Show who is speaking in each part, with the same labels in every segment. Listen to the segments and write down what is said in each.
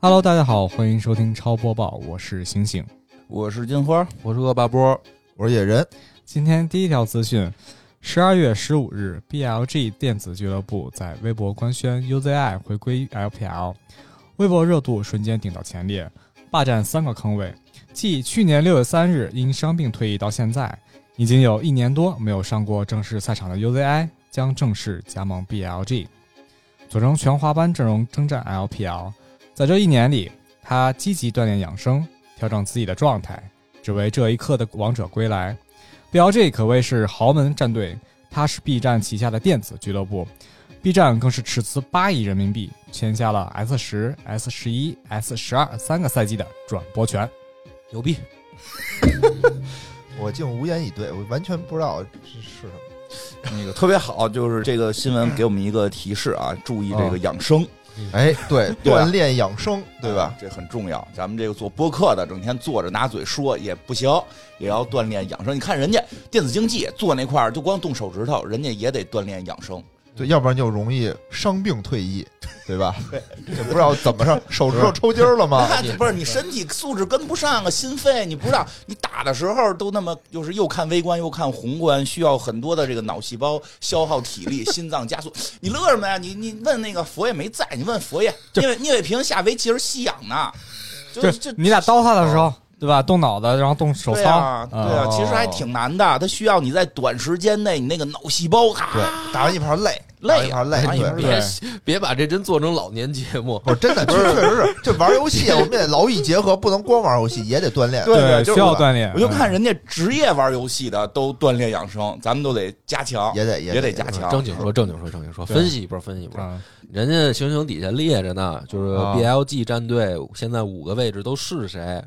Speaker 1: Hello，大家好，欢迎收听超播报，我是醒醒。
Speaker 2: 我是金花，
Speaker 3: 我是恶霸波，
Speaker 2: 我是野人。
Speaker 1: 今天第一条资讯，十二月十五日，BLG 电子俱乐部在微博官宣 UZI 回归 LPL，微博热度瞬间顶到前列，霸占三个坑位。继去年六月三日因伤病退役到现在，已经有一年多没有上过正式赛场的 UZI 将正式加盟 BLG，组成全华班阵容征战 LPL。在这一年里，他积极锻炼养生，调整自己的状态，只为这一刻的王者归来。BLG 可谓是豪门战队，它是 B 站旗下的电子俱乐部，B 站更是斥资八亿人民币签下了 S 十、S 十一、S 十二三个赛季的转播权。
Speaker 3: 牛逼！
Speaker 4: 我竟无言以对，我完全不知道这是什么。
Speaker 2: 那个特别好，就是这个新闻给我们一个提示啊，注意这个养生，
Speaker 3: 啊
Speaker 4: 哎，对，啊
Speaker 2: 对啊
Speaker 4: 锻炼养生，对吧？
Speaker 2: 这很重要。咱们这个做播客的，整天坐着拿嘴说也不行，也要锻炼养生。你看人家电子竞技坐那块儿，就光动手指头，人家也得锻炼养生。
Speaker 4: 对，要不然就容易伤病退役，对吧？ 就不知道怎么上，手指头抽筋儿了 吗？
Speaker 2: 那不是你身体素质跟不上啊，心肺你不知道，你打的时候都那么就是又看微观又看宏观，需要很多的这个脑细胞消耗体力， 心脏加速。你乐什么呀？你你问那个佛爷没在，你问佛爷，聂伟聂伟平下围棋时吸氧呢，就
Speaker 1: 对，
Speaker 2: 这。
Speaker 1: 你打 DOTA 的时候，对吧？动脑子，然后动手
Speaker 2: 对
Speaker 1: 操哦
Speaker 2: 啊，，对啊，其实还挺难的。它需要你在短时间内，你那个脑细胞咔
Speaker 4: 对，打完一盘累，打完
Speaker 2: 累
Speaker 4: 一
Speaker 2: 啊
Speaker 4: 盘累
Speaker 2: 打完，一盘
Speaker 4: 哎对。
Speaker 2: 累
Speaker 3: 别
Speaker 1: 对
Speaker 3: 别把这真做成老年节目，
Speaker 4: 不是 真的，确实是，就玩游戏，我们也劳逸结合，不能光玩游戏，也得锻炼。
Speaker 2: 对对就是
Speaker 1: 需要锻炼。嗯
Speaker 2: 我就看人家职业玩游戏的都锻炼养生，咱们都得加强，
Speaker 4: 也得
Speaker 2: 也
Speaker 4: 也
Speaker 2: 得
Speaker 4: 得
Speaker 2: 加强。
Speaker 3: 正经说正经说正经说，
Speaker 1: 对
Speaker 3: 分析一波分析一波。
Speaker 1: 嗯，
Speaker 3: 人家行行底下列着呢，就是
Speaker 4: 啊
Speaker 3: BLG 战队现在五个位置都是谁？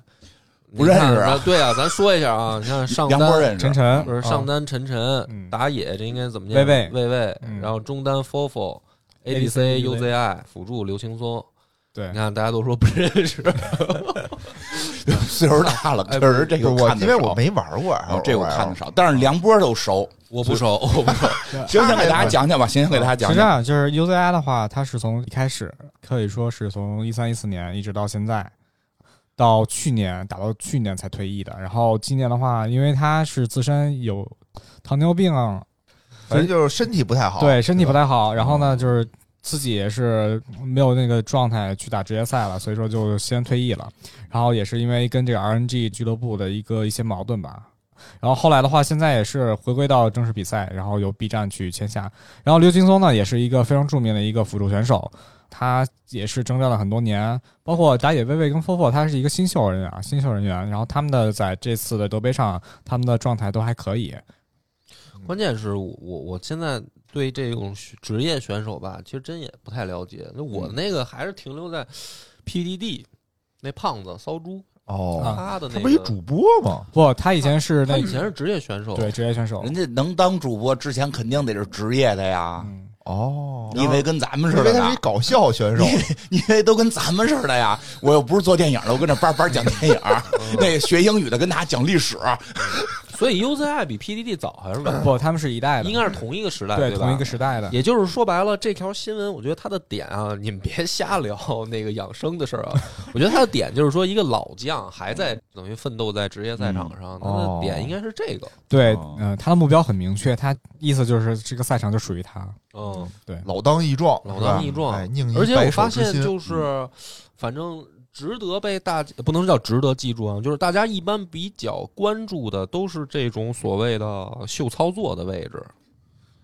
Speaker 2: 不认识啊
Speaker 3: 你看对啊，咱说一下啊，你看上
Speaker 2: 杨波
Speaker 3: 单
Speaker 2: 认识
Speaker 1: 晨晨
Speaker 3: 不是上单陈晨
Speaker 1: 啊嗯，
Speaker 3: 打野这应该怎么
Speaker 1: 魏
Speaker 3: 念？
Speaker 1: 魏
Speaker 3: 魏魏
Speaker 1: 嗯，
Speaker 3: 然后中单 fofo。A B
Speaker 1: ABC
Speaker 3: C U Z I 辅助刘青松，
Speaker 1: 对
Speaker 3: 你，看大家都说不认识，
Speaker 2: 岁数大了，
Speaker 3: 哎
Speaker 2: 确实这
Speaker 4: 不
Speaker 2: 个
Speaker 4: 是我，
Speaker 2: 看得
Speaker 4: 因为我
Speaker 2: 少
Speaker 4: 没玩啊过，
Speaker 2: 哦，这我看的
Speaker 4: 少。
Speaker 2: 少，但是梁波都熟。
Speaker 3: 我不熟，我不 熟。
Speaker 2: 行，先给大家讲讲吧，行，先给大家
Speaker 1: 是
Speaker 2: 讲
Speaker 1: 这
Speaker 4: 啊
Speaker 2: 讲。
Speaker 1: 样，就是 UZI 的话，它是从一开始可以说是从一三一四年一直到现在，到去年打到去年才退役的。然后今年的话，因为他是自身有糖尿病，啊
Speaker 4: 反正就是身体不太好，
Speaker 1: 对身体不
Speaker 4: 太
Speaker 1: 太好，然后呢就是自己也是没有那个状态去打职业赛了，所以说就先退役了。然后也是因为跟这个 RNG 俱乐部的一个一些矛盾吧。然后后来的话，现在也是回归到正式比赛，然后由 B 站去签下。然后刘劲松呢，也是一个非常著名的一个辅助选手，他也是征战了很多年，包括打野薇薇跟 fofo，他是一个新秀人员啊，新秀人员。然后他们的在这次的德杯上，他们的状态都还可以。
Speaker 3: 关键是我我我现在对这种选职业选手吧，其实真也不太了解。那我
Speaker 1: 嗯
Speaker 3: 那个还是停留在 PDD 那胖子骚猪，
Speaker 4: 哦
Speaker 1: 啊。
Speaker 3: 他的
Speaker 4: 他
Speaker 3: 那
Speaker 4: 不是一
Speaker 3: 个
Speaker 4: 主播吗？
Speaker 1: 不，他以前是
Speaker 3: 他
Speaker 1: 那
Speaker 3: 以前是职业选手，
Speaker 1: 对职业选手，
Speaker 2: 人家能当主播之前，肯定得是职业的呀。
Speaker 1: 嗯，
Speaker 4: 哦，
Speaker 2: 你以为跟咱们似
Speaker 4: 因
Speaker 2: 的
Speaker 4: 为他是
Speaker 2: 呢
Speaker 4: 一？搞笑选手，
Speaker 2: 你以为都跟咱们似的呀？我又不是做电影的，我跟这叭叭讲电影。
Speaker 4: 嗯
Speaker 2: 那学英语的跟大家讲历史，
Speaker 3: 所以 UZI 比 PDD 早还是晚？
Speaker 1: 不，他们是一代的，
Speaker 3: 应该是同一个时代，
Speaker 1: 嗯对
Speaker 3: 吧？
Speaker 1: 同一个时代的。
Speaker 3: 也就是说白了，这条新闻，我觉得它的点啊，你们别瞎聊那个养生的事儿啊。我觉得它的点就是说，一个老将还
Speaker 1: 嗯
Speaker 3: 在等于奋斗在职业赛场上，他的
Speaker 1: 哦
Speaker 3: 点应该是这个。
Speaker 1: 对，
Speaker 2: 哦
Speaker 1: 嗯、他的目标很明确，他意思就是这个赛场就属于他。
Speaker 3: 嗯，
Speaker 4: 老当益壮，
Speaker 3: 老
Speaker 4: 是吧
Speaker 3: 当益壮
Speaker 4: 哎，宁一
Speaker 3: 而且
Speaker 4: 白
Speaker 3: 我
Speaker 4: 首
Speaker 3: 发
Speaker 4: 之
Speaker 3: 现
Speaker 4: 心嗯
Speaker 3: 就是，反正值得被大家不能叫值得记住啊，就是大家一般比较关注的都是这种所谓的秀操作的位置，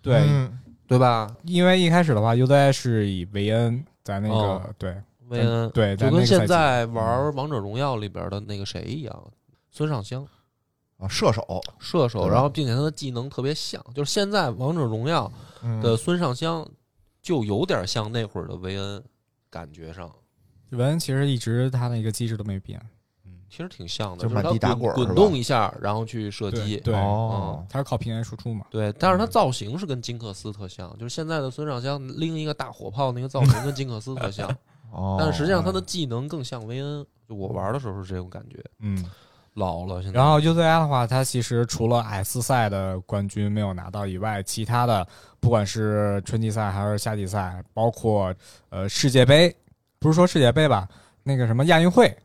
Speaker 1: 对，
Speaker 4: 嗯
Speaker 3: 对吧？
Speaker 1: 因为一开始的话，UZI 是以维恩在那个、
Speaker 3: 哦
Speaker 1: 对
Speaker 3: 薇恩
Speaker 1: 对在
Speaker 3: 就
Speaker 1: 那个
Speaker 3: 跟
Speaker 1: 赛季
Speaker 3: 现在
Speaker 4: 嗯
Speaker 3: 玩王者荣耀里边的那个谁一样，孙尚香。
Speaker 4: 啊，射手
Speaker 3: 射手，
Speaker 4: 对吧
Speaker 3: 然后并且他的技能特别像，就是现在王者荣耀
Speaker 4: 嗯
Speaker 3: 的孙尚香就有点像那会儿的维恩，感觉上
Speaker 1: 维恩其实一直他那个机制都没变，
Speaker 3: 其实挺像的，
Speaker 4: 就
Speaker 3: 就是是
Speaker 4: 满地
Speaker 3: 他
Speaker 4: 打滚儿
Speaker 3: 滚
Speaker 4: 是吧
Speaker 3: 滚动一下，然后去射
Speaker 1: 对
Speaker 3: 击。
Speaker 1: 对，
Speaker 4: 哦，
Speaker 1: 他是靠平 A 输出嘛。
Speaker 3: 对，但是他造型是跟金克斯特像，就是现在的孙尚香拎一个大火炮那个造型跟金克斯特像，
Speaker 4: 哦，
Speaker 3: 嗯但是实际上他的技能更像维恩。就我玩的时候是这种感觉，
Speaker 1: 嗯，
Speaker 3: 老了现在。
Speaker 1: 然后 UZI 的话，他其实除了 S 赛的冠军没有拿到以外，其他的不管是春季赛还是夏季赛，包括呃世界杯，不是说世界杯吧，那个什么亚运会，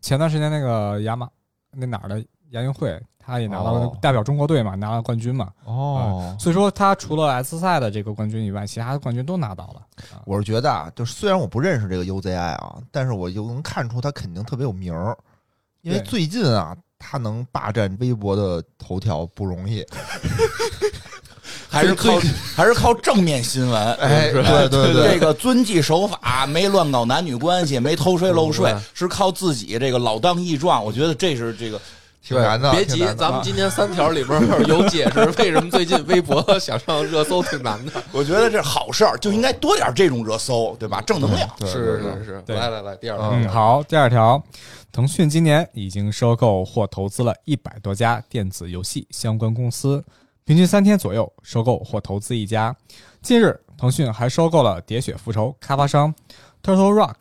Speaker 1: 前段时间那个亚马那哪儿的亚运会，他也拿到了
Speaker 4: 哦
Speaker 1: 代表中国队嘛，拿了冠军嘛。
Speaker 4: 哦，
Speaker 1: 所以说他除了 S 赛的这个冠军以外，其他的冠军都拿到了。
Speaker 3: 嗯
Speaker 4: 我是觉得啊，就是虽然我不认识这个 UZI 啊，但是我就能看出他肯定特别有名儿，因为
Speaker 1: 对
Speaker 4: 最近啊，他能霸占微博的头条不容 易。
Speaker 2: 还是靠还是靠正面新闻。
Speaker 4: 哎， 对对
Speaker 2: 这，个遵纪守法，没乱搞男女关系，没偷税漏税
Speaker 3: 嗯，
Speaker 2: 是靠自己这个老当益壮。我觉得这是这个
Speaker 4: 挺难的。
Speaker 3: 别
Speaker 4: 挺
Speaker 3: 急
Speaker 4: 难，的
Speaker 3: 咱们今天三条里边有解释为什么最近微博 想上热搜挺难的。
Speaker 2: 我觉得这是好事儿，就应该多点这种热搜，对吧？正能量。
Speaker 4: 对
Speaker 3: 是
Speaker 4: 对对
Speaker 3: 是是，
Speaker 1: 对
Speaker 3: 来来来，第二条，
Speaker 1: 嗯，好，第二条，腾讯今年已经收购或投资了一百多家电子游戏相关公司，平均三天左右收购或投资一家。近日，腾讯还收购了《喋血复仇》开发商 Turtle Rock，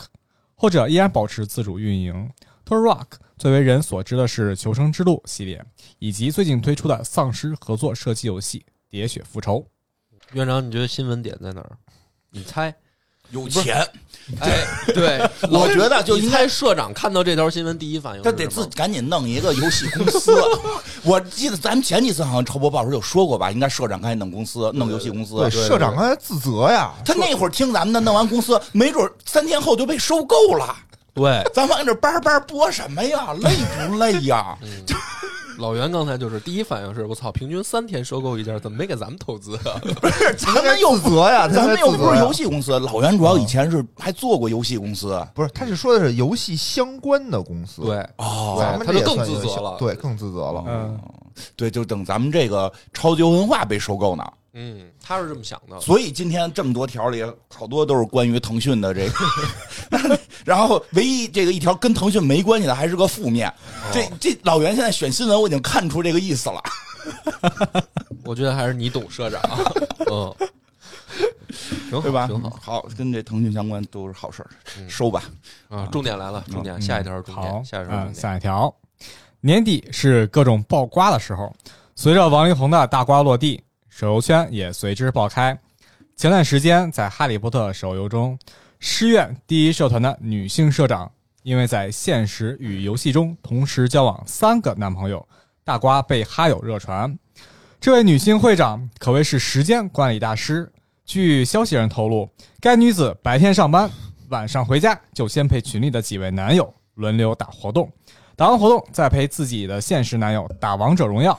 Speaker 1: 后者依然保持自主运营。Turtle Rock 最为人所知的是《求生之路》系列，以及最近推出的丧尸合作射击游戏《喋血复仇》。
Speaker 3: 院长，你觉得新闻点在哪儿？你猜？
Speaker 2: 有钱，
Speaker 3: 哎，对，
Speaker 2: 我觉得就
Speaker 3: 你
Speaker 2: 应
Speaker 3: 猜
Speaker 2: 该
Speaker 3: 社长看到这条新闻第一反应是
Speaker 2: 他
Speaker 3: 什么，
Speaker 2: 得自己赶紧弄一个游戏公司。啊 我记得咱们前几次好像超播报时候有说过吧，应该社长赶紧弄公司，弄游戏公司
Speaker 4: 对。社长刚才自责呀，
Speaker 2: 他那会儿听咱们的，弄完公司，没准三天后就被收购了。
Speaker 3: 对。
Speaker 2: 咱们按这叭叭播什么呀？累不累呀？
Speaker 3: 老袁刚才就是第一反应是我操，平均三天收购一家，怎么没给咱们投资啊？
Speaker 2: 不是，咱们
Speaker 4: 又
Speaker 2: 又
Speaker 4: 自责嗯呀，
Speaker 2: 咱们又
Speaker 4: 又
Speaker 2: 不是游，戏公司，老袁主要以前是还做过游戏公司。
Speaker 4: 不是，他是说的是游戏相关的公司。，
Speaker 3: 对，
Speaker 2: 哦
Speaker 4: 咱们
Speaker 3: 他
Speaker 4: 这
Speaker 3: 就
Speaker 4: 也
Speaker 3: 更
Speaker 4: 算
Speaker 3: 自
Speaker 4: 游
Speaker 3: 责
Speaker 4: 戏
Speaker 3: 了
Speaker 4: 对，更自责了。
Speaker 1: 嗯，
Speaker 2: 对，就等咱们这个超级文化被收购呢。
Speaker 3: 嗯，他是这么想的。
Speaker 2: 所以今天这么多条里，好多都是关于腾讯的这个。然后唯一这个一条跟腾讯没关系的，还是个负面。这这老袁现在选新闻，我已经看出这个意思了。
Speaker 3: 我觉得还是你懂社长，嗯，挺好，
Speaker 2: 对吧？
Speaker 3: 挺好
Speaker 2: 哦好，跟这腾讯相关都是好事儿，
Speaker 3: 嗯
Speaker 2: 收吧。
Speaker 3: 啊。重点来了，重点，
Speaker 1: 嗯
Speaker 3: 下一条是重
Speaker 1: 好
Speaker 3: 点，，下一
Speaker 2: 啊
Speaker 3: 条
Speaker 1: 嗯，
Speaker 3: 是重点。
Speaker 1: 下一条，年底是各种爆瓜的时候，随着王力宏的大瓜落地，手游圈也随之爆开。前段时间，在《哈利波特》手游中，师院第一社团的女性社长，因为在现实与游戏中同时交往三个男朋友，大瓜被哈友热传。这位女性会长可谓是时间管理大师。据消息人透露，该女子白天上班，晚上回家就先陪群里的几位男友轮流打活动，打完活动再陪自己的现实男友打王者荣耀。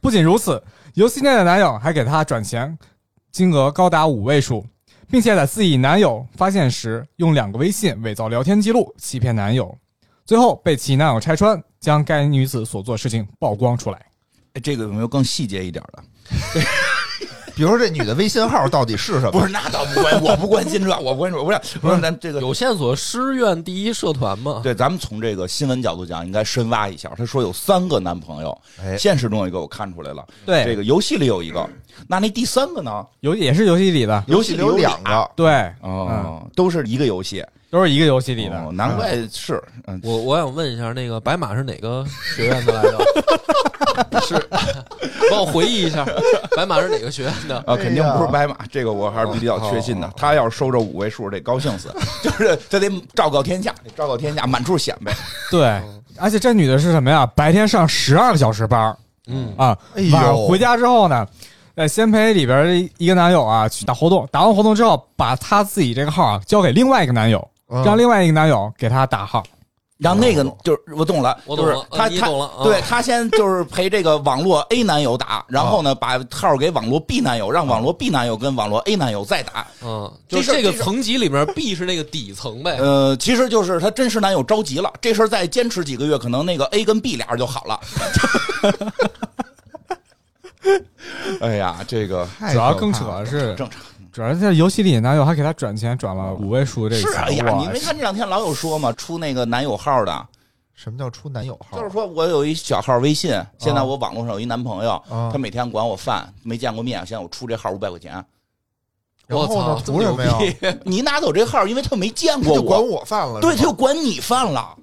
Speaker 1: 不仅如此，游戏内的男友还给她转钱，金额高达五位数，并且在自己男友发现时用两个微信伪造聊天记录欺骗男友，最后被其男友拆穿，将该女子所做事情曝光出来。
Speaker 2: 哎这个有没有更细节一点的？
Speaker 4: 比如说这女的微信号到底是什么？
Speaker 2: 不是，那倒不关，我不关心这，我不关心这，不是，不是，咱这个
Speaker 3: 有线索，师院第一社团嘛？
Speaker 2: 对，咱们从这个新闻角度讲，应该深挖一下。她说有三个男朋友，
Speaker 4: 哎，
Speaker 2: 现实中有一个我看出来了，
Speaker 1: 对
Speaker 2: 这个游戏里有一个，那那第三个呢？
Speaker 1: 游也是游戏里的，
Speaker 2: 游戏里
Speaker 4: 有
Speaker 2: 俩
Speaker 4: 两，个，
Speaker 1: 对，
Speaker 2: 哦，都是一个游戏
Speaker 1: 都是一个游戏里的。
Speaker 2: 哦难怪是，嗯，
Speaker 3: 我我想问一下，那个白马是哪个学院的来着？ 是，帮我回忆一下，白马是哪个学院的？
Speaker 2: 啊，肯定不是白马，这个我还是比较确信的。他要是收着五位数，得高兴 死，就是他得昭告天下，昭告天下，满处显摆。
Speaker 1: 对，而且这女的是什么呀？白天上十二个小时班儿
Speaker 3: 嗯，
Speaker 1: 啊，
Speaker 4: 哎呦
Speaker 1: 晚上回家之后呢，呃，先陪里边儿的一个男友啊去打活动，打完活动之后，把她自己这个号啊交给另外一个男友，
Speaker 4: 嗯
Speaker 1: 让另外一个男友给她打号。
Speaker 2: 然后那个就是我懂了，
Speaker 3: 我懂了
Speaker 2: 就是
Speaker 3: 嗯
Speaker 2: 他
Speaker 3: 你
Speaker 2: 他
Speaker 3: 懂了啊
Speaker 2: 对他先就是陪这个网络 A 男友打，然后呢把号给网络 B 男友，让网络 B 男友跟网络 A 男友再打。
Speaker 3: 嗯，就
Speaker 2: 这事儿
Speaker 3: 这个
Speaker 2: 这事儿
Speaker 3: 层级里面，B 是那个底层呗。
Speaker 2: 呃，其实就是他真实男友着急了，这事儿再坚持几个月，可能那个 A 跟 B 俩人就好了。 哎呀，这个
Speaker 4: 太
Speaker 1: 主要
Speaker 4: 可
Speaker 1: 更
Speaker 4: 怕
Speaker 1: 扯
Speaker 4: 了
Speaker 1: 的是，
Speaker 2: 正常
Speaker 1: 主要是在游戏里男友还给她转钱，转了五位数这
Speaker 2: 是
Speaker 1: 个
Speaker 2: 啊，哎
Speaker 1: 钱，
Speaker 2: 呀，
Speaker 1: 哇
Speaker 2: 你没看这两天老有说吗？出那个男友号的，
Speaker 4: 什么叫出男友号？
Speaker 2: 就是说我有一小号微信，现在我网络上有一男朋友，
Speaker 4: 啊
Speaker 2: 他每天管我饭，没见过面，现在我出这号五百块钱，
Speaker 4: 然
Speaker 3: 我
Speaker 4: 后
Speaker 3: 操，
Speaker 4: 呢，
Speaker 3: 这
Speaker 4: 图
Speaker 3: 么
Speaker 4: 什
Speaker 3: 牛
Speaker 4: 么呀？
Speaker 3: 逼！
Speaker 2: 你拿走这号，因为他没见
Speaker 4: 他
Speaker 2: 过
Speaker 4: 就管
Speaker 2: 我，
Speaker 4: 我饭了，
Speaker 2: 对，
Speaker 4: 是
Speaker 2: 他
Speaker 4: 吗
Speaker 2: 就管你饭了。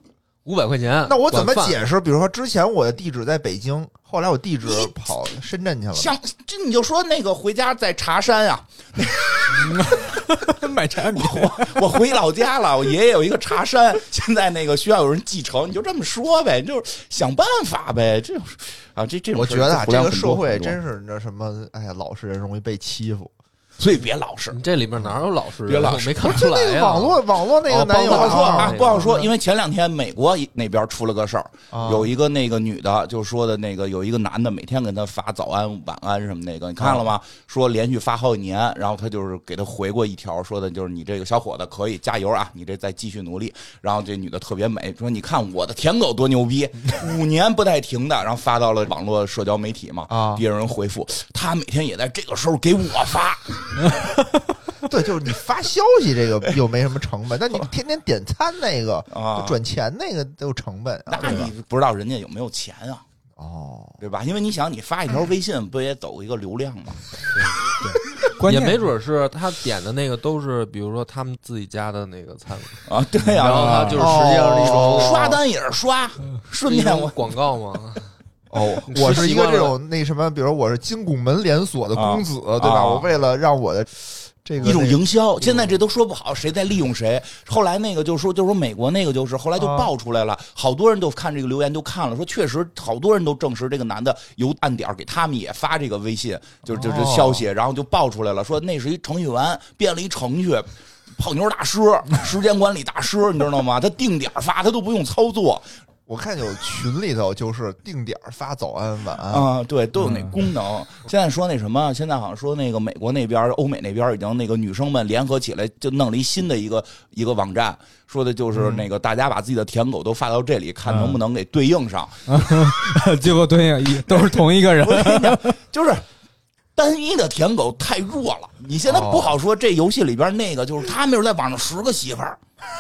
Speaker 3: 五百块钱。
Speaker 4: 那我怎么
Speaker 3: 晚饭？
Speaker 4: 解释？比如说之前我的地址在北京，后来我地址跑深圳去了。
Speaker 2: 像这你就说那个回家在茶山啊，
Speaker 1: 买产 品，
Speaker 2: 我回老家了，我爷爷有一个茶山，现在那个需要有人继承，你就这么说呗，你就是想办法呗，这种啊这这种
Speaker 4: 我觉得啊，
Speaker 2: 事
Speaker 4: 这
Speaker 2: 儿
Speaker 4: 个社会，
Speaker 2: 胡聊很多
Speaker 4: 真是那什么，哎呀，老实人容易被欺负。
Speaker 2: 所以别老实。
Speaker 3: 你这里面哪有老实人？
Speaker 2: 别老
Speaker 3: 我
Speaker 2: 实
Speaker 3: 没看出来啊
Speaker 4: 那个
Speaker 3: 呀。
Speaker 4: 网络网络那个
Speaker 3: 哦
Speaker 4: 男友
Speaker 2: 不好说
Speaker 3: 啊
Speaker 2: 啊，
Speaker 3: 那
Speaker 2: 不好
Speaker 3: 个
Speaker 2: 说，因为前两天美国那边出了个事儿，
Speaker 4: 哎嗯啊
Speaker 2: 有一个那个女的就说的那个有一个男的每天给她发早安、晚安什么那个，你看了
Speaker 4: 啊
Speaker 2: 吗？说连续发好几年，然后他就是给她回过一条，说的就是你这个小伙子可以加油啊，你这再继续努力。然后这女的特别美，说你看我的舔狗多牛 逼，五年不带停的，然后发到了网络社交媒体嘛，
Speaker 4: 啊
Speaker 2: 别人回复他每天也在这个时候给我发，
Speaker 4: 对，就是你发消息这个又没什么成本，但你天天点餐那个
Speaker 2: 啊
Speaker 4: 转钱那个都有成本啊。
Speaker 2: 那你不知道人家有没有钱啊？
Speaker 4: 哦，
Speaker 2: 对吧？因为你想，你发一条微信，不也走一个流量 吗？
Speaker 1: 关
Speaker 3: 也
Speaker 1: 键
Speaker 3: 没准是他点的那个都是，比如说他们自己家的那个 餐，
Speaker 2: 啊，对呀、
Speaker 3: 然后他就是实际上是一种嗯
Speaker 4: 哦
Speaker 2: 刷单也是刷，顺
Speaker 3: 一
Speaker 2: 便
Speaker 3: 种
Speaker 2: 我
Speaker 3: 广告嘛。
Speaker 4: 哦，
Speaker 3: 你
Speaker 4: 我
Speaker 3: 吃
Speaker 4: 是一
Speaker 3: 习
Speaker 4: 个
Speaker 3: 惯
Speaker 4: 这
Speaker 3: 了
Speaker 4: 种那什么，比如我是金拱门连锁的公子，对吧？
Speaker 2: 啊
Speaker 4: 我为了让我的这个
Speaker 2: 一种
Speaker 4: 那
Speaker 2: 营销。现在
Speaker 3: 嗯
Speaker 2: 这都说不好谁在利用谁。后来那个就说，就说美国那个就是，后来就
Speaker 4: 啊
Speaker 2: 爆出来了，好多人都看这个留言就看了，说确实好多人都证实这个男的有暗点儿给他们也发这个微信，就是就是
Speaker 4: 哦
Speaker 2: 消息，然后就爆出来了，说那是一程序员变了一程序。泡妞大师、时间管理大师，你知道吗？他定点儿发，他都不用操作
Speaker 4: 我看有群里头就是定点儿发早安晚安，
Speaker 2: 啊、对，都有那功能。现在说那什么，现在好像说那个美国那边儿、欧美那边儿已经那个女生们联合起来，就弄了一新的一个一个网站，说的就是那个大家把自己的舔狗都发到这里，看能不能给对应 上。
Speaker 1: 结果对呀，一都是同一个人
Speaker 2: 我跟你讲，就是。单一的舔狗太弱了，你现在不好说。这游戏里边那个就是他没有在网上十个媳妇儿，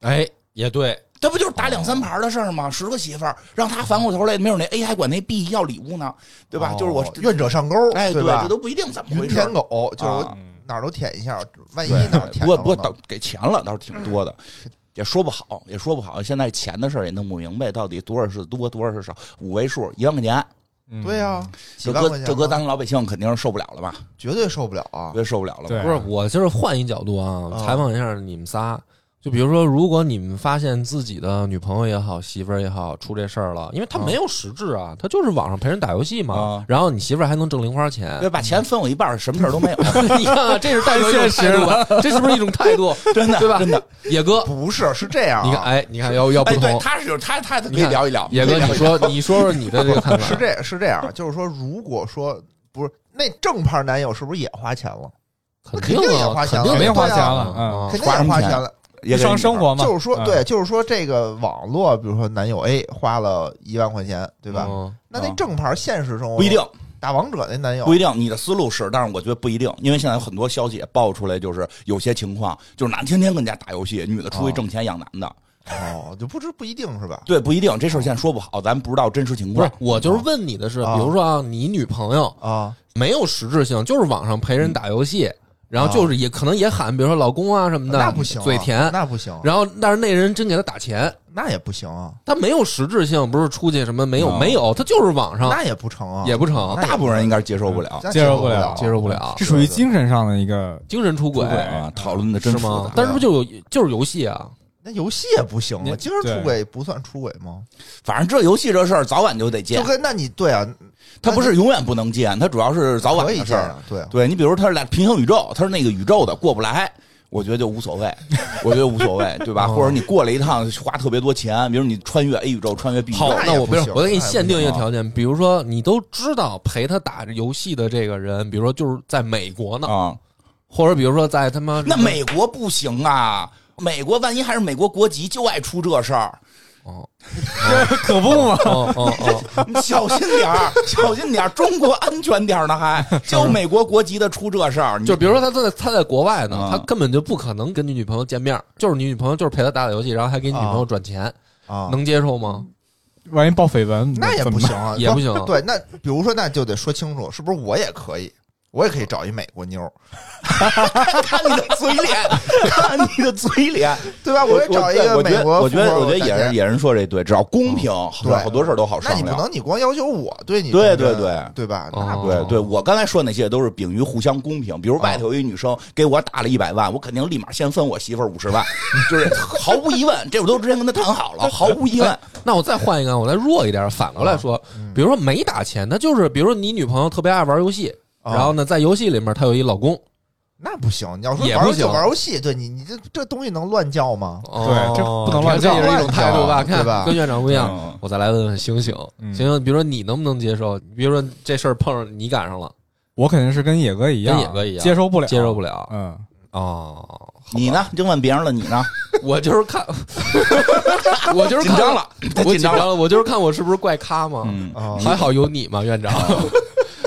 Speaker 3: 哎，也对，
Speaker 2: 这不就是打两三盘的事儿吗？十个媳妇儿，让他反过头来，没准那 A 还管那 B 要礼物呢，对吧？
Speaker 4: 哦
Speaker 2: 就是我，
Speaker 4: 愿者上钩，
Speaker 2: 哎，对，
Speaker 4: 对吧
Speaker 2: 这？都不一定怎么回
Speaker 4: 云
Speaker 2: 事儿。
Speaker 4: 舔狗，就 是我
Speaker 2: 啊
Speaker 1: 嗯
Speaker 4: 哪儿都舔一下，万一
Speaker 2: 对
Speaker 4: 哪儿舔
Speaker 2: 不过
Speaker 4: 着
Speaker 2: 不过
Speaker 4: 呢
Speaker 2: 倒给钱了倒是挺多的，也说不好，也说不好。现在钱的事儿也弄不明白，到底多少是多，多少是少，五位数一万块钱，
Speaker 1: 嗯
Speaker 4: 对啊呀、几
Speaker 2: 嗯这
Speaker 4: 万块
Speaker 2: 搁
Speaker 4: 钱
Speaker 2: 这搁
Speaker 4: 啊
Speaker 2: 咱们老百姓肯定是受不了了吧？
Speaker 4: 绝对受不了啊
Speaker 2: 绝！对受不了了吧。
Speaker 1: 对
Speaker 3: 不是，我就是换一角度啊，
Speaker 4: 啊
Speaker 3: 采访一下你们仨。就比如说，如果你们发现自己的女朋友也好、媳妇儿也好出这事儿了，因为她
Speaker 4: 啊
Speaker 3: 没有实质啊，她就是网上陪人打游戏嘛
Speaker 2: 啊，
Speaker 3: 然后你媳妇儿还能挣零花钱
Speaker 2: 对，，把钱分我一半儿，什么事儿都没有，
Speaker 3: 你看啊，这是代表一种态度吧？这是不是一种态度？
Speaker 2: 真的，
Speaker 3: 对吧
Speaker 2: 真的。
Speaker 3: 野哥，
Speaker 4: 不是，是这样、啊，
Speaker 3: 你看，哎，你看要要不
Speaker 2: 哎，对，
Speaker 3: 同，
Speaker 2: 他是有他他可
Speaker 3: 你
Speaker 2: 以
Speaker 3: 看
Speaker 2: 聊一聊。
Speaker 3: 野
Speaker 2: 可
Speaker 3: 哥，
Speaker 2: 以聊一
Speaker 3: 你说你说说你的这个看法
Speaker 4: 是这是这样，啊就是说，如果说不是那正牌男友，是不是也花钱了？
Speaker 3: 肯
Speaker 4: 肯定也
Speaker 3: 啊，
Speaker 4: 花钱了
Speaker 1: 肯定
Speaker 3: 也
Speaker 1: 花钱
Speaker 3: 啊
Speaker 1: 了，嗯，
Speaker 4: 肯定也花钱了。
Speaker 2: 也
Speaker 1: 日
Speaker 2: 给
Speaker 1: 常
Speaker 2: 你
Speaker 1: 生活嘛，
Speaker 4: 就是说，
Speaker 1: 嗯
Speaker 4: 对，就是说，这个网络，比如说男友 A 花了一万块钱，对吧？
Speaker 3: 嗯
Speaker 4: 那那正牌现实生活
Speaker 2: 不一定，
Speaker 4: 打王者那男友
Speaker 2: 不一定，你的思路是，但是我觉得不一定，因为现在有很多消息也爆出来，就是有些情况，就是男天天跟人家打游戏，女的出
Speaker 4: 哦
Speaker 2: 去挣钱养男的，
Speaker 4: 哦，就不知不一定是吧？
Speaker 2: 对，不一定，这事儿现在说不好，咱不知道真实情
Speaker 3: 不
Speaker 2: 况
Speaker 4: 嗯
Speaker 3: 是。，我就是问你的是，
Speaker 4: 啊
Speaker 3: 比如说啊，你女朋友
Speaker 4: 啊，
Speaker 3: 没有实质性，就是网上陪人打游戏，然后就是也可能也喊，比如说老公啊什么的，
Speaker 4: 嗯那不行啊，
Speaker 3: 嘴甜。
Speaker 4: 那不行，
Speaker 3: 然后，但是那人真给他打钱，
Speaker 4: 那也不行啊，
Speaker 3: 他没有实质性，不是出去什么没有
Speaker 2: 啊
Speaker 3: 没有，他就是网上
Speaker 4: 嗯那也不成啊，
Speaker 3: 也不成
Speaker 4: 那，
Speaker 2: 大部分人应该是接受不了。
Speaker 4: 那嗯
Speaker 1: 接受不
Speaker 4: 不
Speaker 1: 了
Speaker 3: 接受不了
Speaker 1: 这，属于精神上的一个
Speaker 3: 精神出轨
Speaker 1: 出轨
Speaker 2: 啊，讨论的真
Speaker 3: 是
Speaker 2: 复
Speaker 3: 吗
Speaker 2: 杂？。
Speaker 4: 嗯
Speaker 3: 但是不就有就是游戏啊？
Speaker 4: 那游戏也不行啊，
Speaker 1: 你
Speaker 4: 精神
Speaker 1: 对
Speaker 4: 出轨不算出轨吗？
Speaker 2: 反正这游戏这事儿早晚就得
Speaker 4: 就
Speaker 2: 见，
Speaker 4: 跟那你对啊，
Speaker 2: 它不是永远不能见，它主要是早晚
Speaker 4: 可以
Speaker 2: 的事
Speaker 4: 这
Speaker 2: 儿。
Speaker 4: 样，对啊，
Speaker 2: 对你，比如他是俩平行宇宙，他是那个宇宙的过不来，我觉得就无所谓，我觉得无所谓，对吧？
Speaker 3: 哦
Speaker 2: 或者你过了一趟花特别多钱，比如你穿越 A 宇宙，穿越 B 宇
Speaker 3: 好
Speaker 2: 宙，，
Speaker 4: 嗯那
Speaker 3: 那
Speaker 4: 也
Speaker 3: 我
Speaker 4: 不
Speaker 3: 不是，
Speaker 4: 行
Speaker 3: 我再
Speaker 4: 那
Speaker 3: 给你
Speaker 4: 也
Speaker 3: 限
Speaker 4: 不
Speaker 3: 定一个
Speaker 2: 行啊
Speaker 3: 条件，比如说你都知道陪他打游戏的这个人，比如说就是在美国
Speaker 4: 哦
Speaker 3: 呢，
Speaker 2: 啊，
Speaker 3: 或者比如说在他妈
Speaker 2: 那美国不行啊。美国万一还是美国国籍，就爱出这事儿，
Speaker 3: 哦
Speaker 1: 可不
Speaker 4: 啊
Speaker 1: 嘛，
Speaker 3: 哦哦哦，
Speaker 2: 你小心点儿，小心点儿，中国安全点儿呢还，就美国国籍的出这事儿，你
Speaker 3: 就比如说他在他在国外呢，
Speaker 2: 嗯啊
Speaker 3: 他根本就不可能跟你女朋友见面，就是你女朋友就是陪他打打游戏，然后还给你女朋友转钱，
Speaker 4: 啊，
Speaker 3: 能接受吗？
Speaker 1: 万一爆绯闻
Speaker 4: 那也
Speaker 1: 怎么
Speaker 4: 不行
Speaker 1: 办？
Speaker 4: 啊，
Speaker 3: 也不行
Speaker 4: 对，那比如说，那就得说清楚，是不是我也可以？我也可以找一美国妞儿，
Speaker 2: 看你的嘴脸，看你的嘴脸，
Speaker 4: 对吧？我也找一个
Speaker 2: 我觉
Speaker 4: 美
Speaker 2: 得
Speaker 4: 国
Speaker 2: 我觉得
Speaker 4: 富
Speaker 2: 我
Speaker 4: 婆
Speaker 2: 觉得
Speaker 4: 感
Speaker 2: 野
Speaker 4: 觉
Speaker 2: 人野人说这对，只要公平，好
Speaker 4: 对
Speaker 2: 好多事儿都好
Speaker 4: 那
Speaker 2: 商
Speaker 4: 你不
Speaker 2: 量。
Speaker 4: 能你光要求我对你
Speaker 2: 对
Speaker 4: 忠贞
Speaker 2: 对对
Speaker 4: 对吧？
Speaker 3: 哦
Speaker 4: 那不
Speaker 2: 对对，我刚才说那些都是秉于互相公平。比如外头有一女
Speaker 4: 嗯
Speaker 2: 生给我打了一百万，我肯定立马先分我媳妇儿五十 万，就是毫无疑问，这我都之前跟他谈好了，毫无疑问。
Speaker 3: 那我再换一个，我再弱一点，反过来说，比如说没打钱，那就是比如说你女朋友特别爱玩游戏，
Speaker 4: 啊
Speaker 3: 然后呢，在游戏里面她有一老公，
Speaker 4: 那不行。你要说
Speaker 3: 也
Speaker 4: 玩
Speaker 3: 不
Speaker 4: 游戏
Speaker 3: 行
Speaker 4: 玩游戏，对你你这这东西能乱叫吗？
Speaker 3: 哦
Speaker 1: 这不能乱
Speaker 3: 这
Speaker 1: 叫
Speaker 3: 也是一种态度吧？
Speaker 4: 乱叫
Speaker 3: 看
Speaker 4: 对吧
Speaker 3: 跟院长不一样。
Speaker 2: 嗯
Speaker 3: 我再来问问星星，
Speaker 1: 嗯
Speaker 3: 星星，比如说你能不能接受？比如说这事儿碰上你赶上了，
Speaker 1: 我肯定是跟野哥一样，
Speaker 3: 跟野哥一样
Speaker 1: 接受不了，
Speaker 3: 接受不了
Speaker 1: 嗯，
Speaker 3: 哦。
Speaker 2: 你呢？就问别人了，你呢？
Speaker 3: 我就是看，我就是
Speaker 2: 紧
Speaker 3: 看
Speaker 2: 张了，
Speaker 3: 我
Speaker 2: 紧
Speaker 3: 紧
Speaker 2: 张
Speaker 3: 张了，我就是看我是不是怪咖嘛。
Speaker 2: 嗯，
Speaker 4: 啊，
Speaker 3: 还好有你嘛，院 长，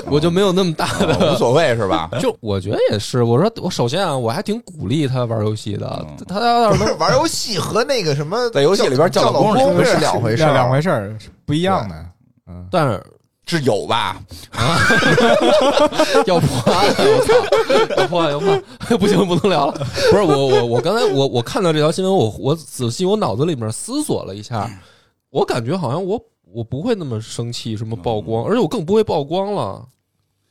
Speaker 3: 我就没有那么大的
Speaker 4: 哦
Speaker 2: 哦无所谓是吧？
Speaker 3: 就我觉得也是，我说我首先啊，我还挺鼓励他玩游戏的，
Speaker 2: 嗯
Speaker 3: 他他要
Speaker 4: 不
Speaker 3: 是
Speaker 4: 是
Speaker 3: 能
Speaker 4: 玩游戏和那个什么
Speaker 2: 在游戏里边叫
Speaker 4: 叫
Speaker 2: 老公是
Speaker 4: 公
Speaker 2: 两回事
Speaker 4: 是
Speaker 2: 儿
Speaker 4: 两回事
Speaker 1: 两
Speaker 4: 儿，啊
Speaker 1: 两回事儿是不一样的，嗯，
Speaker 3: 但是
Speaker 2: 是有吧？
Speaker 3: 要破案，我操，要破案 要破案，不行不能聊了。不是我我我刚才我我看到这条新闻，我我仔细我脑子里面思索了一下，我感觉好像我我不会那么生气，什么曝
Speaker 2: 嗯
Speaker 3: 光，而且我更不会曝光了。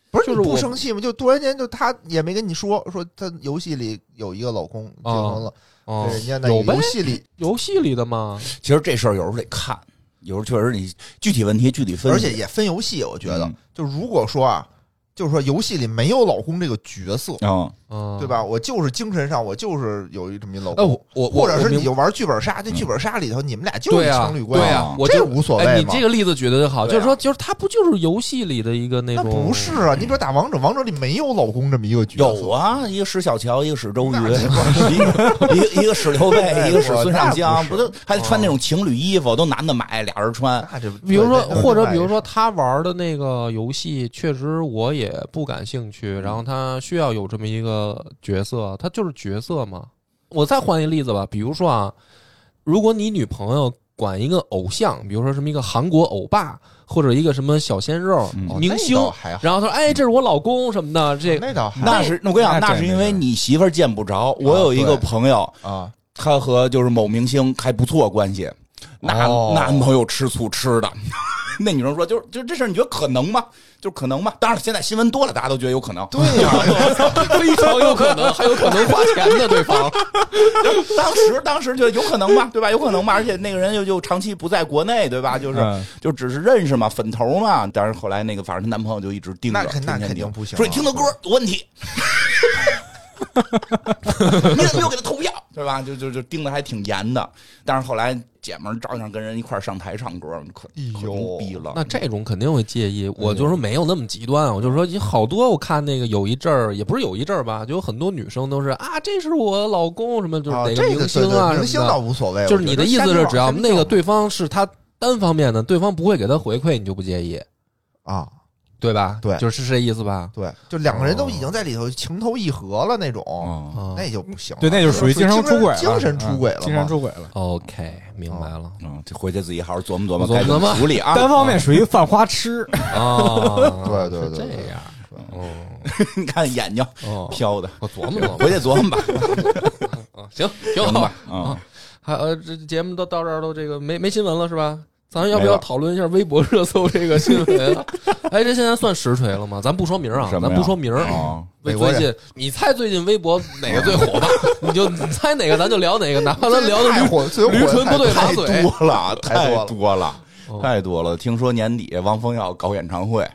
Speaker 4: 不是
Speaker 3: 就
Speaker 4: 你
Speaker 3: 是
Speaker 4: 不
Speaker 3: 我
Speaker 4: 生气吗？就突然间就他也没跟你说说他游戏里有一个老公结婚了，
Speaker 3: 哦
Speaker 4: 对，人家那
Speaker 3: 有呗
Speaker 4: 游戏里，
Speaker 3: 游戏里的嘛，
Speaker 2: 其实这事儿有时候得看，有时候确实你具体问题具体分
Speaker 4: 而
Speaker 2: 析，
Speaker 4: 且也分游戏，我觉得
Speaker 2: 嗯
Speaker 4: 就如果说啊，就是说游戏里没有老公这个角色，
Speaker 2: 嗯，
Speaker 3: 嗯，
Speaker 4: 对吧？？我就是精神上我就是有一这么一老
Speaker 3: 哎，
Speaker 4: 公
Speaker 3: 我，我
Speaker 4: 或者是你
Speaker 3: 有
Speaker 4: 就玩剧本杀，这
Speaker 2: 嗯
Speaker 4: 剧本杀里头你们俩就是
Speaker 3: 对啊
Speaker 4: 情侣关
Speaker 3: 对
Speaker 4: 系，
Speaker 3: 啊，我
Speaker 4: 这
Speaker 3: 就
Speaker 4: 无所
Speaker 3: 哎，
Speaker 4: 谓
Speaker 3: 你
Speaker 4: 嘛
Speaker 3: 这。个例子举的就好，
Speaker 2: 对啊
Speaker 3: 就是说，就是他不就是游戏里的一个那
Speaker 4: 那
Speaker 3: 种？
Speaker 4: 不是啊，你比如打王者，王者里没有老公这么一个角色，
Speaker 2: 有啊，一个史小乔，一个史周瑜， 一个一个史刘备，一个史孙尚香，不都还穿那种情侣衣服，都男的买，俩人穿。
Speaker 4: 那这
Speaker 3: 比如说，
Speaker 4: 对那
Speaker 3: 或者比
Speaker 4: 另
Speaker 3: 如
Speaker 4: 外一
Speaker 3: 说他玩的那个游戏，确实我也不感兴
Speaker 4: 嗯
Speaker 3: 趣。然后他需要有这么一个角色，他就是角色嘛。我再换一个例子吧，比如说啊，如果你女朋友管一个偶像，比如说什么一个韩国欧巴，或者一个什么小鲜肉、
Speaker 2: 嗯
Speaker 4: 哦
Speaker 3: 明
Speaker 4: 那
Speaker 3: 星，
Speaker 4: 倒还好，
Speaker 3: 然后他说：“哎，这是我老公什么的。”这
Speaker 4: 那倒还
Speaker 2: 那是我跟你
Speaker 1: 那
Speaker 2: 讲，那
Speaker 1: 真
Speaker 2: 是
Speaker 1: 没
Speaker 2: 因为
Speaker 1: 事
Speaker 2: 你媳妇儿见不着。我有一个
Speaker 4: 对
Speaker 2: 朋友，
Speaker 4: 啊，
Speaker 2: 他和就是某明星还不错关系，那、
Speaker 4: 哦
Speaker 2: 那男朋友吃醋吃的。 那女生说，就是就这事儿，你觉得可能吗？就是可能吗？当然了，现在新闻多了，大家都觉得有可能。
Speaker 4: 对呀，
Speaker 3: 非常有可能，还有可能花钱 的对方。
Speaker 2: 当时当时就有可能吧，对吧？有可能吧，而且那个人又又长期不在国内，对吧？就是、
Speaker 1: 嗯
Speaker 2: 就只是认识嘛，粉头嘛。但是后来那个，反正她男朋友就一直盯着，
Speaker 4: 那
Speaker 2: 天
Speaker 4: 肯
Speaker 2: 天
Speaker 4: 那肯定
Speaker 2: 盯
Speaker 4: 不行啊
Speaker 2: 说你听的歌有问题，你怎么又给他投票，对吧？就就就盯的还挺严的。但是后来姐们儿照样跟人一块儿上台唱歌，可
Speaker 4: 哎呦
Speaker 2: 可牛逼了。
Speaker 3: 那这种肯定会介意，我
Speaker 4: 嗯
Speaker 3: 就是没有那么极端啊，我就是说，有好多我看那个有一阵儿，也不是有一阵儿吧，就有很多女生都是啊，这是我老公什么，就是
Speaker 4: 啊
Speaker 3: 哪
Speaker 4: 这个
Speaker 3: 明
Speaker 4: 对
Speaker 3: 星
Speaker 4: 对
Speaker 3: 啊什么的，
Speaker 4: 明星倒无所谓，
Speaker 3: 就是你的意思是，只要那个
Speaker 4: 对
Speaker 3: 对方是他单方面的，对方不会给他回馈，你就不介意，
Speaker 4: 啊，
Speaker 3: 对吧？
Speaker 4: 对
Speaker 3: 就是是这意思吧？
Speaker 4: 对，就两个人都已经在里头情投意合了那种，
Speaker 2: 哦
Speaker 3: 啊
Speaker 4: 那就不行了，
Speaker 1: 对，那就是属于精神出轨了，
Speaker 4: 精神出轨
Speaker 1: 嗯
Speaker 4: 了嘛，
Speaker 1: 精神出轨了。
Speaker 3: 哦，OK，明白了
Speaker 2: 嗯，这回去自己好好琢磨琢磨，
Speaker 3: 琢磨
Speaker 2: 该怎么处理啊？
Speaker 1: 单方面属于犯花痴，
Speaker 3: 啊，
Speaker 4: 哦 对对对
Speaker 3: 是
Speaker 4: 对对
Speaker 3: 这样，哦
Speaker 2: 你看眼睛
Speaker 3: 哦，
Speaker 2: 飘的，
Speaker 3: 我琢磨琢磨
Speaker 2: 回去琢磨吧，
Speaker 3: 啊，行，挺
Speaker 2: 琢磨
Speaker 3: 好
Speaker 2: 吧。。嗯，
Speaker 3: 还呃，这节目到到这儿都这个没没新闻了是吧？咱要不
Speaker 2: 没
Speaker 3: 要
Speaker 2: 了
Speaker 3: 讨论一下微博热搜这个新闻啊？哎，这现在算实锤了吗？咱不说名儿啊，
Speaker 2: 什
Speaker 3: 咱
Speaker 2: 么呀
Speaker 3: 不说名儿啊。
Speaker 2: 哦，
Speaker 3: 为
Speaker 4: 美国
Speaker 3: 最
Speaker 4: 人
Speaker 3: 近，你猜最近微博哪个最火吧？ 你就你猜哪个，咱就聊哪个，哪怕咱聊的
Speaker 4: 太
Speaker 3: 驴
Speaker 4: 火，最火
Speaker 3: 驴唇不对马
Speaker 2: 太
Speaker 3: 嘴。
Speaker 2: 多 了，哦
Speaker 4: 太多
Speaker 2: 太
Speaker 4: 了
Speaker 2: 多了。太多了，听说年底汪峰要搞演唱 会，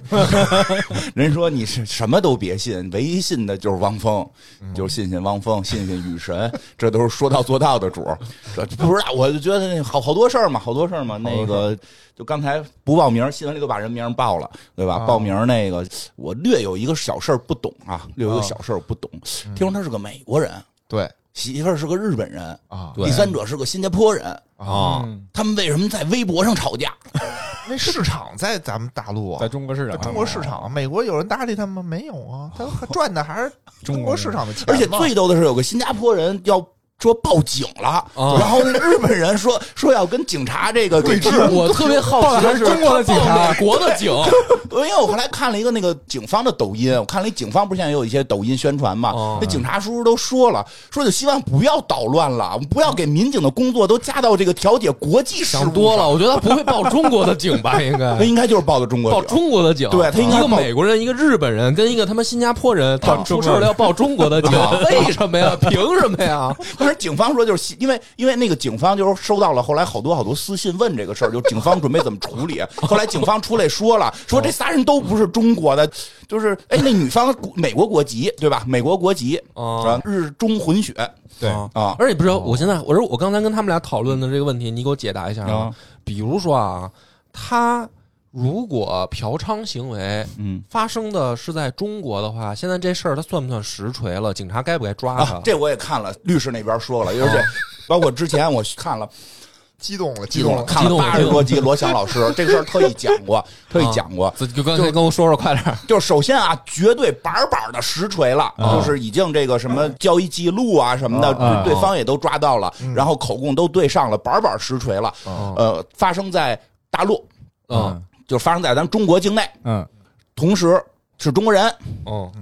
Speaker 2: 人说你是什么都别信，唯一信的就是汪峰， 就信信汪峰，信信雨神，这都是说到做到的主儿。这不知道，我就觉得那好好多事儿嘛，好多事儿嘛。那个就刚才不报名，新闻里都把人名报了，对吧？
Speaker 4: 啊
Speaker 2: 报名那个，我略有一个小事儿不懂啊，嗯略有一个小事儿不懂。听说他是个美国人，
Speaker 4: 对
Speaker 2: 媳妇儿是个日本人，
Speaker 4: 啊
Speaker 3: 对
Speaker 2: 第三者是个新加坡人，
Speaker 3: 啊，
Speaker 1: 嗯
Speaker 2: 他们为什么在微博上吵架？
Speaker 4: 那市场在咱们大陆
Speaker 1: 在
Speaker 4: 啊，
Speaker 1: 中国市
Speaker 4: 在
Speaker 1: 场，
Speaker 4: 中国市场，美国有人搭理他吗？没有啊，他赚的还是
Speaker 1: 中
Speaker 4: 中
Speaker 1: 国
Speaker 4: 国
Speaker 1: 人
Speaker 4: 市场的钱嘛，
Speaker 2: 而且最逗的是，有个新加坡人要说报警了，
Speaker 3: 啊
Speaker 2: 然后那日本人说 说要跟警察这个给
Speaker 4: 对峙
Speaker 3: 我特别好奇的是，
Speaker 1: 中国的警察
Speaker 3: 美国的警，
Speaker 2: 因为我后来看了一个那个警方的抖音，我看了一警方不是现在也有一些抖音宣传嘛？
Speaker 3: 哦
Speaker 2: 那警察叔叔都说了，说就希望不要捣乱了，我们不要给民警的工作都加到这个调解国际事务
Speaker 3: 想
Speaker 2: 上
Speaker 3: 多了，，我觉得他不会报中国的警吧？应该
Speaker 2: 他应该就是报的中国
Speaker 3: 报
Speaker 2: 警。
Speaker 3: 中国的警，
Speaker 2: 对他应该
Speaker 3: 一个
Speaker 2: 报
Speaker 3: 美国人，一个日本人，跟一个他妈新加坡人，他出事儿了要报中国的警，为什么呀？凭什么呀？
Speaker 2: 当时警方说，就是希因为因为那个警方就是收到了后来好多好多私信问这个事儿，就警方准备怎么处理。后来警方出来说了，说这仨人都不是中国的，就是哎那女方美国国籍对吧？美国国籍
Speaker 3: 哦
Speaker 2: 啊，日中混血
Speaker 4: 对
Speaker 3: 啊
Speaker 2: 啊
Speaker 3: 而且不是，我现在我说我刚才跟他们俩讨论的这个问题，你给我解答一下啊
Speaker 2: 啊。
Speaker 3: 比如说啊，他如果嫖娼行为
Speaker 2: 嗯
Speaker 3: 发生的是在中国的话，现在这事儿他算不算实锤了？警察该不该抓他
Speaker 2: 啊，？这我也看了，律师那边说了，因为 这包括之前我看了
Speaker 4: 激动了，
Speaker 2: 激
Speaker 4: 激
Speaker 2: 动了，
Speaker 4: 了，
Speaker 2: 看了嗯八十多集罗翔老师这个事儿特意讲 过，特意讲过，
Speaker 3: 自就刚才跟我说说，快点儿。
Speaker 2: 就是首先啊，绝对板板的实锤了，就是已经这个什么交易记录啊什么的，
Speaker 1: 啊嗯
Speaker 2: 对对方也都抓到了，然后口供都对上了，板板实锤了。
Speaker 1: 啊
Speaker 2: 呃，发生在大陆，
Speaker 3: 嗯
Speaker 2: 就是发生在咱中国境内，
Speaker 1: 嗯，
Speaker 2: 同时是中国人，
Speaker 3: 嗯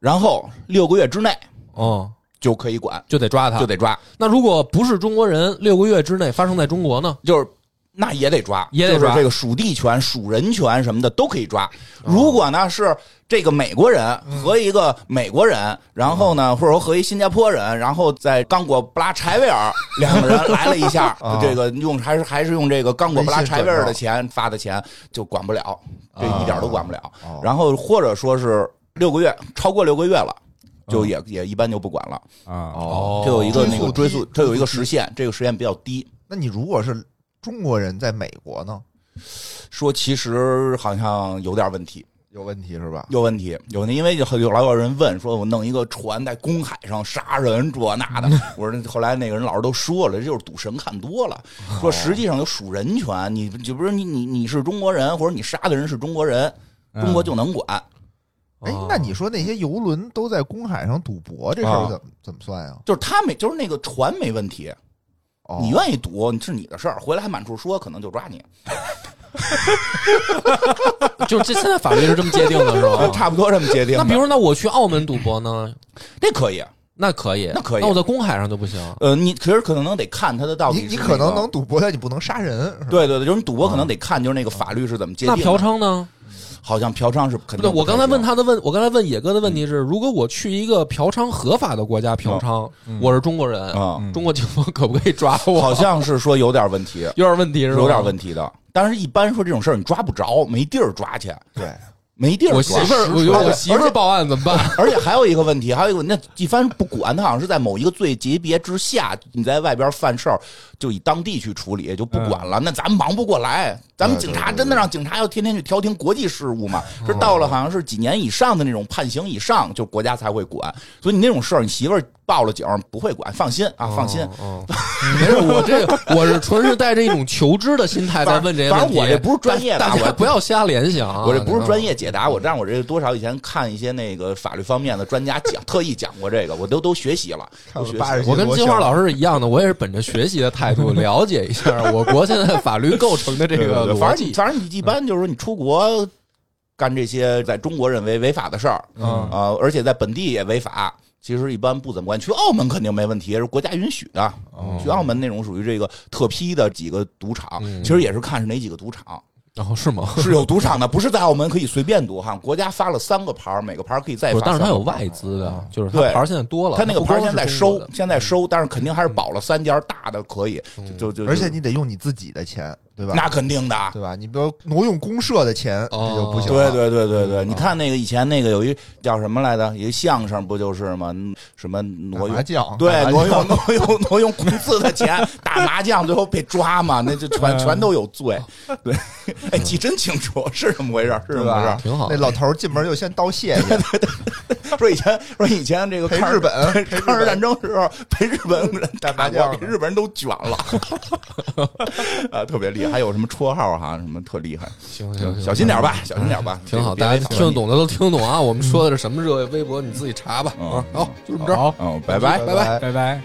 Speaker 2: 然后六个月之内
Speaker 3: 嗯，
Speaker 2: 就可以管，
Speaker 3: 就得抓他
Speaker 1: 啊
Speaker 2: 就。得抓，
Speaker 3: 那如果不是中国人，六个月之内发生在中国呢？
Speaker 2: 就是。那也得抓，
Speaker 3: 也得
Speaker 2: 就是
Speaker 3: 抓
Speaker 2: 这个属地权、属人权什么的都可以抓。如果呢是这个美国人和一个美国人，然后呢或者说和一新加坡人，然后在刚果布拉柴维尔两个人来了一下
Speaker 4: 啊，
Speaker 2: 这个用还是还是用这个刚果布拉柴维尔的
Speaker 4: 微
Speaker 2: 钱发的钱就管不了，这一点都管不了
Speaker 4: 哦。
Speaker 2: 然后或者说是六个月，超过六个月了。就也也一般就不管了，
Speaker 1: 啊，
Speaker 3: 哦
Speaker 2: 这有一个那个追
Speaker 4: 追溯
Speaker 2: 溯
Speaker 4: 低，
Speaker 2: 这有一个时限，这个时限比较低。
Speaker 4: 那你如果是中国人在美国呢，
Speaker 2: 说其实好像有点问题，
Speaker 4: 有问题是吧？
Speaker 2: 有问题，有那因为有有老有人问说，我弄一个船在公海上杀人这那 的，我说后来那个人老师都说了，这就是赌神看多了，
Speaker 4: 哦
Speaker 2: 说实际上有属人权，你就不是你你你是中国人，或者你杀的人是中国人，
Speaker 4: 嗯
Speaker 2: 中国就能管，
Speaker 4: 哎
Speaker 3: 哦，
Speaker 4: 那你说那些游轮都在公海上赌博，这事
Speaker 2: 啊
Speaker 4: 儿怎么怎么算呀？
Speaker 2: 就是他没就是那个船没问题，
Speaker 4: 哦
Speaker 2: 你愿意赌你是你的事儿，回来还满处说，可能就抓你，
Speaker 3: 就是这现在法律是这么界定的，是
Speaker 4: 哦
Speaker 3: 吧？
Speaker 2: 差不多这么界定
Speaker 3: 那
Speaker 2: 的。
Speaker 3: 比如说，那我去澳门赌博呢，
Speaker 2: 这可以，
Speaker 3: 那可以，
Speaker 2: 那可以
Speaker 3: 那我在公海上就不行。
Speaker 2: 呃，你其实可能得看他的到底
Speaker 4: 你
Speaker 2: 是
Speaker 4: 你
Speaker 2: 那
Speaker 4: 可能
Speaker 2: 个
Speaker 4: 能赌博，但你不能杀人，是吧
Speaker 2: 对对对，就是你赌博可能得看，就是那个法律是怎么界定
Speaker 3: 那
Speaker 2: 的。
Speaker 3: 嫖娼呢？
Speaker 2: 好像嫖娼是肯
Speaker 3: 不对，
Speaker 2: 定。
Speaker 3: 我刚才问，他的问，我刚才问野哥的问题是：
Speaker 2: 嗯
Speaker 3: 如果我去一个嫖娼合法的国家嫖娼，我是中国人，
Speaker 2: 啊
Speaker 3: 中国警方可不可以抓我？
Speaker 2: 嗯好像是说有点问 题，
Speaker 3: 有点问题，是吧？
Speaker 2: 有点问题的。但是，一般说这种事儿你抓不着，没地儿抓去，
Speaker 4: 对，
Speaker 2: 没地儿
Speaker 3: 我媳
Speaker 2: 抓。
Speaker 3: 妇儿，我觉得我媳妇儿报案怎么办？
Speaker 2: 而且还有一个问题，还有一个，那一般不管，他好像是在某一个罪级别之下，你在外边犯事儿，就以当地去处理，就不管了。那咱们忙不过来，咱们警察
Speaker 4: 对对对
Speaker 2: 真的让警察要天天去调停国际事务嘛？是到了好像是几年以上的那种判刑以上，就国家才会管。所以你那种事儿，你媳妇儿报了警不会管，放心啊，放心。
Speaker 3: 嗯，嗯没事，我这个我是纯是带着一种求知的心态在问这些
Speaker 2: 反
Speaker 3: 问
Speaker 2: 正
Speaker 3: 题。
Speaker 2: 我这不是专业的
Speaker 3: 大
Speaker 2: 我
Speaker 3: 家不要瞎联想啊。
Speaker 2: 我这不是专
Speaker 3: 业，
Speaker 2: 业解答，我让我这多少以前看一些那个法律方面的专家讲，特意讲过这个，我都都学习了，都
Speaker 4: 看了
Speaker 2: 学习
Speaker 4: 八
Speaker 2: 了
Speaker 4: 十集
Speaker 3: 我跟
Speaker 4: 罗
Speaker 3: 金花
Speaker 4: 翔
Speaker 3: 老师是一样的，我也是本着学习的态度了解 一下我国现在法律构成的这
Speaker 2: 对
Speaker 3: 个
Speaker 2: 对
Speaker 3: 逻
Speaker 2: 反正你
Speaker 3: 辑。
Speaker 2: 反正你一般就是说你出国干这些在中国认为违法的事儿
Speaker 1: 嗯
Speaker 2: 啊、而且在本地也违法。其实一般不怎么管，去澳门肯定没问题，是国家允许的。
Speaker 3: 哦
Speaker 2: 去澳门那种属于这个特批的几个赌场，
Speaker 3: 嗯
Speaker 2: 其实也是看是哪几个赌 场
Speaker 3: 然哦后是吗？
Speaker 2: 是有赌场的，不是在澳门可以随便赌哈。国家发了三个牌儿，每个牌儿可以再
Speaker 3: 哎不
Speaker 2: 发
Speaker 3: 是，但
Speaker 2: 三
Speaker 3: 是
Speaker 2: 个牌
Speaker 3: 它
Speaker 2: 儿。
Speaker 3: 有外资的，就是它
Speaker 2: 啊对
Speaker 3: 牌儿现在多了，
Speaker 2: 他那个
Speaker 3: 不
Speaker 2: 牌
Speaker 3: 光
Speaker 2: 儿现在
Speaker 3: 是中国
Speaker 2: 收
Speaker 3: 的，嗯
Speaker 2: 现在收，但是肯定还是保了三家大的可以，就就就
Speaker 4: 而且你得用你自己的钱，对吧？
Speaker 2: 嗯那肯定的，啊
Speaker 4: 对吧？你比如挪用公社的钱，
Speaker 3: 哦
Speaker 4: 这就不行
Speaker 2: 对
Speaker 4: 了。
Speaker 2: 对对对
Speaker 4: 嗯
Speaker 2: 对，你看那个以前那个有一叫什么来着，有一相声不就是吗？嗯什么挪
Speaker 4: 打麻
Speaker 2: 用。
Speaker 4: 将，
Speaker 2: 对，
Speaker 4: 打麻
Speaker 2: 挪
Speaker 4: 将
Speaker 2: 用挪用挪用公司的钱打麻将，最后被抓嘛，那就
Speaker 4: 嗯
Speaker 2: 全全都有 罪。对，哎，记真清楚，是这么回事儿，是这
Speaker 4: 对
Speaker 2: 么回事
Speaker 4: 吧？
Speaker 2: 儿。
Speaker 3: 挺好
Speaker 4: 那老头儿进门就先道谢 去，
Speaker 2: 说以前说以前这个
Speaker 4: 陪
Speaker 2: 抗
Speaker 4: 日本
Speaker 2: 对
Speaker 4: 陪日
Speaker 2: 抗日
Speaker 4: 本
Speaker 2: 战争时候陪日本人
Speaker 4: 打麻将
Speaker 2: 我给日本人都卷了， 啊，特别厉害。还有什么绰号哈、什么特厉害，
Speaker 3: 行行行，
Speaker 2: 小心点吧，小心点吧，
Speaker 3: 挺好，
Speaker 2: 别
Speaker 3: 大家
Speaker 2: 别
Speaker 3: 听得懂的都听得懂啊。我们说的是什么热微博，你自己查吧。
Speaker 2: 嗯
Speaker 3: 啊，好，就这么着。
Speaker 1: 好，
Speaker 2: 嗯，拜拜。
Speaker 1: 拜拜。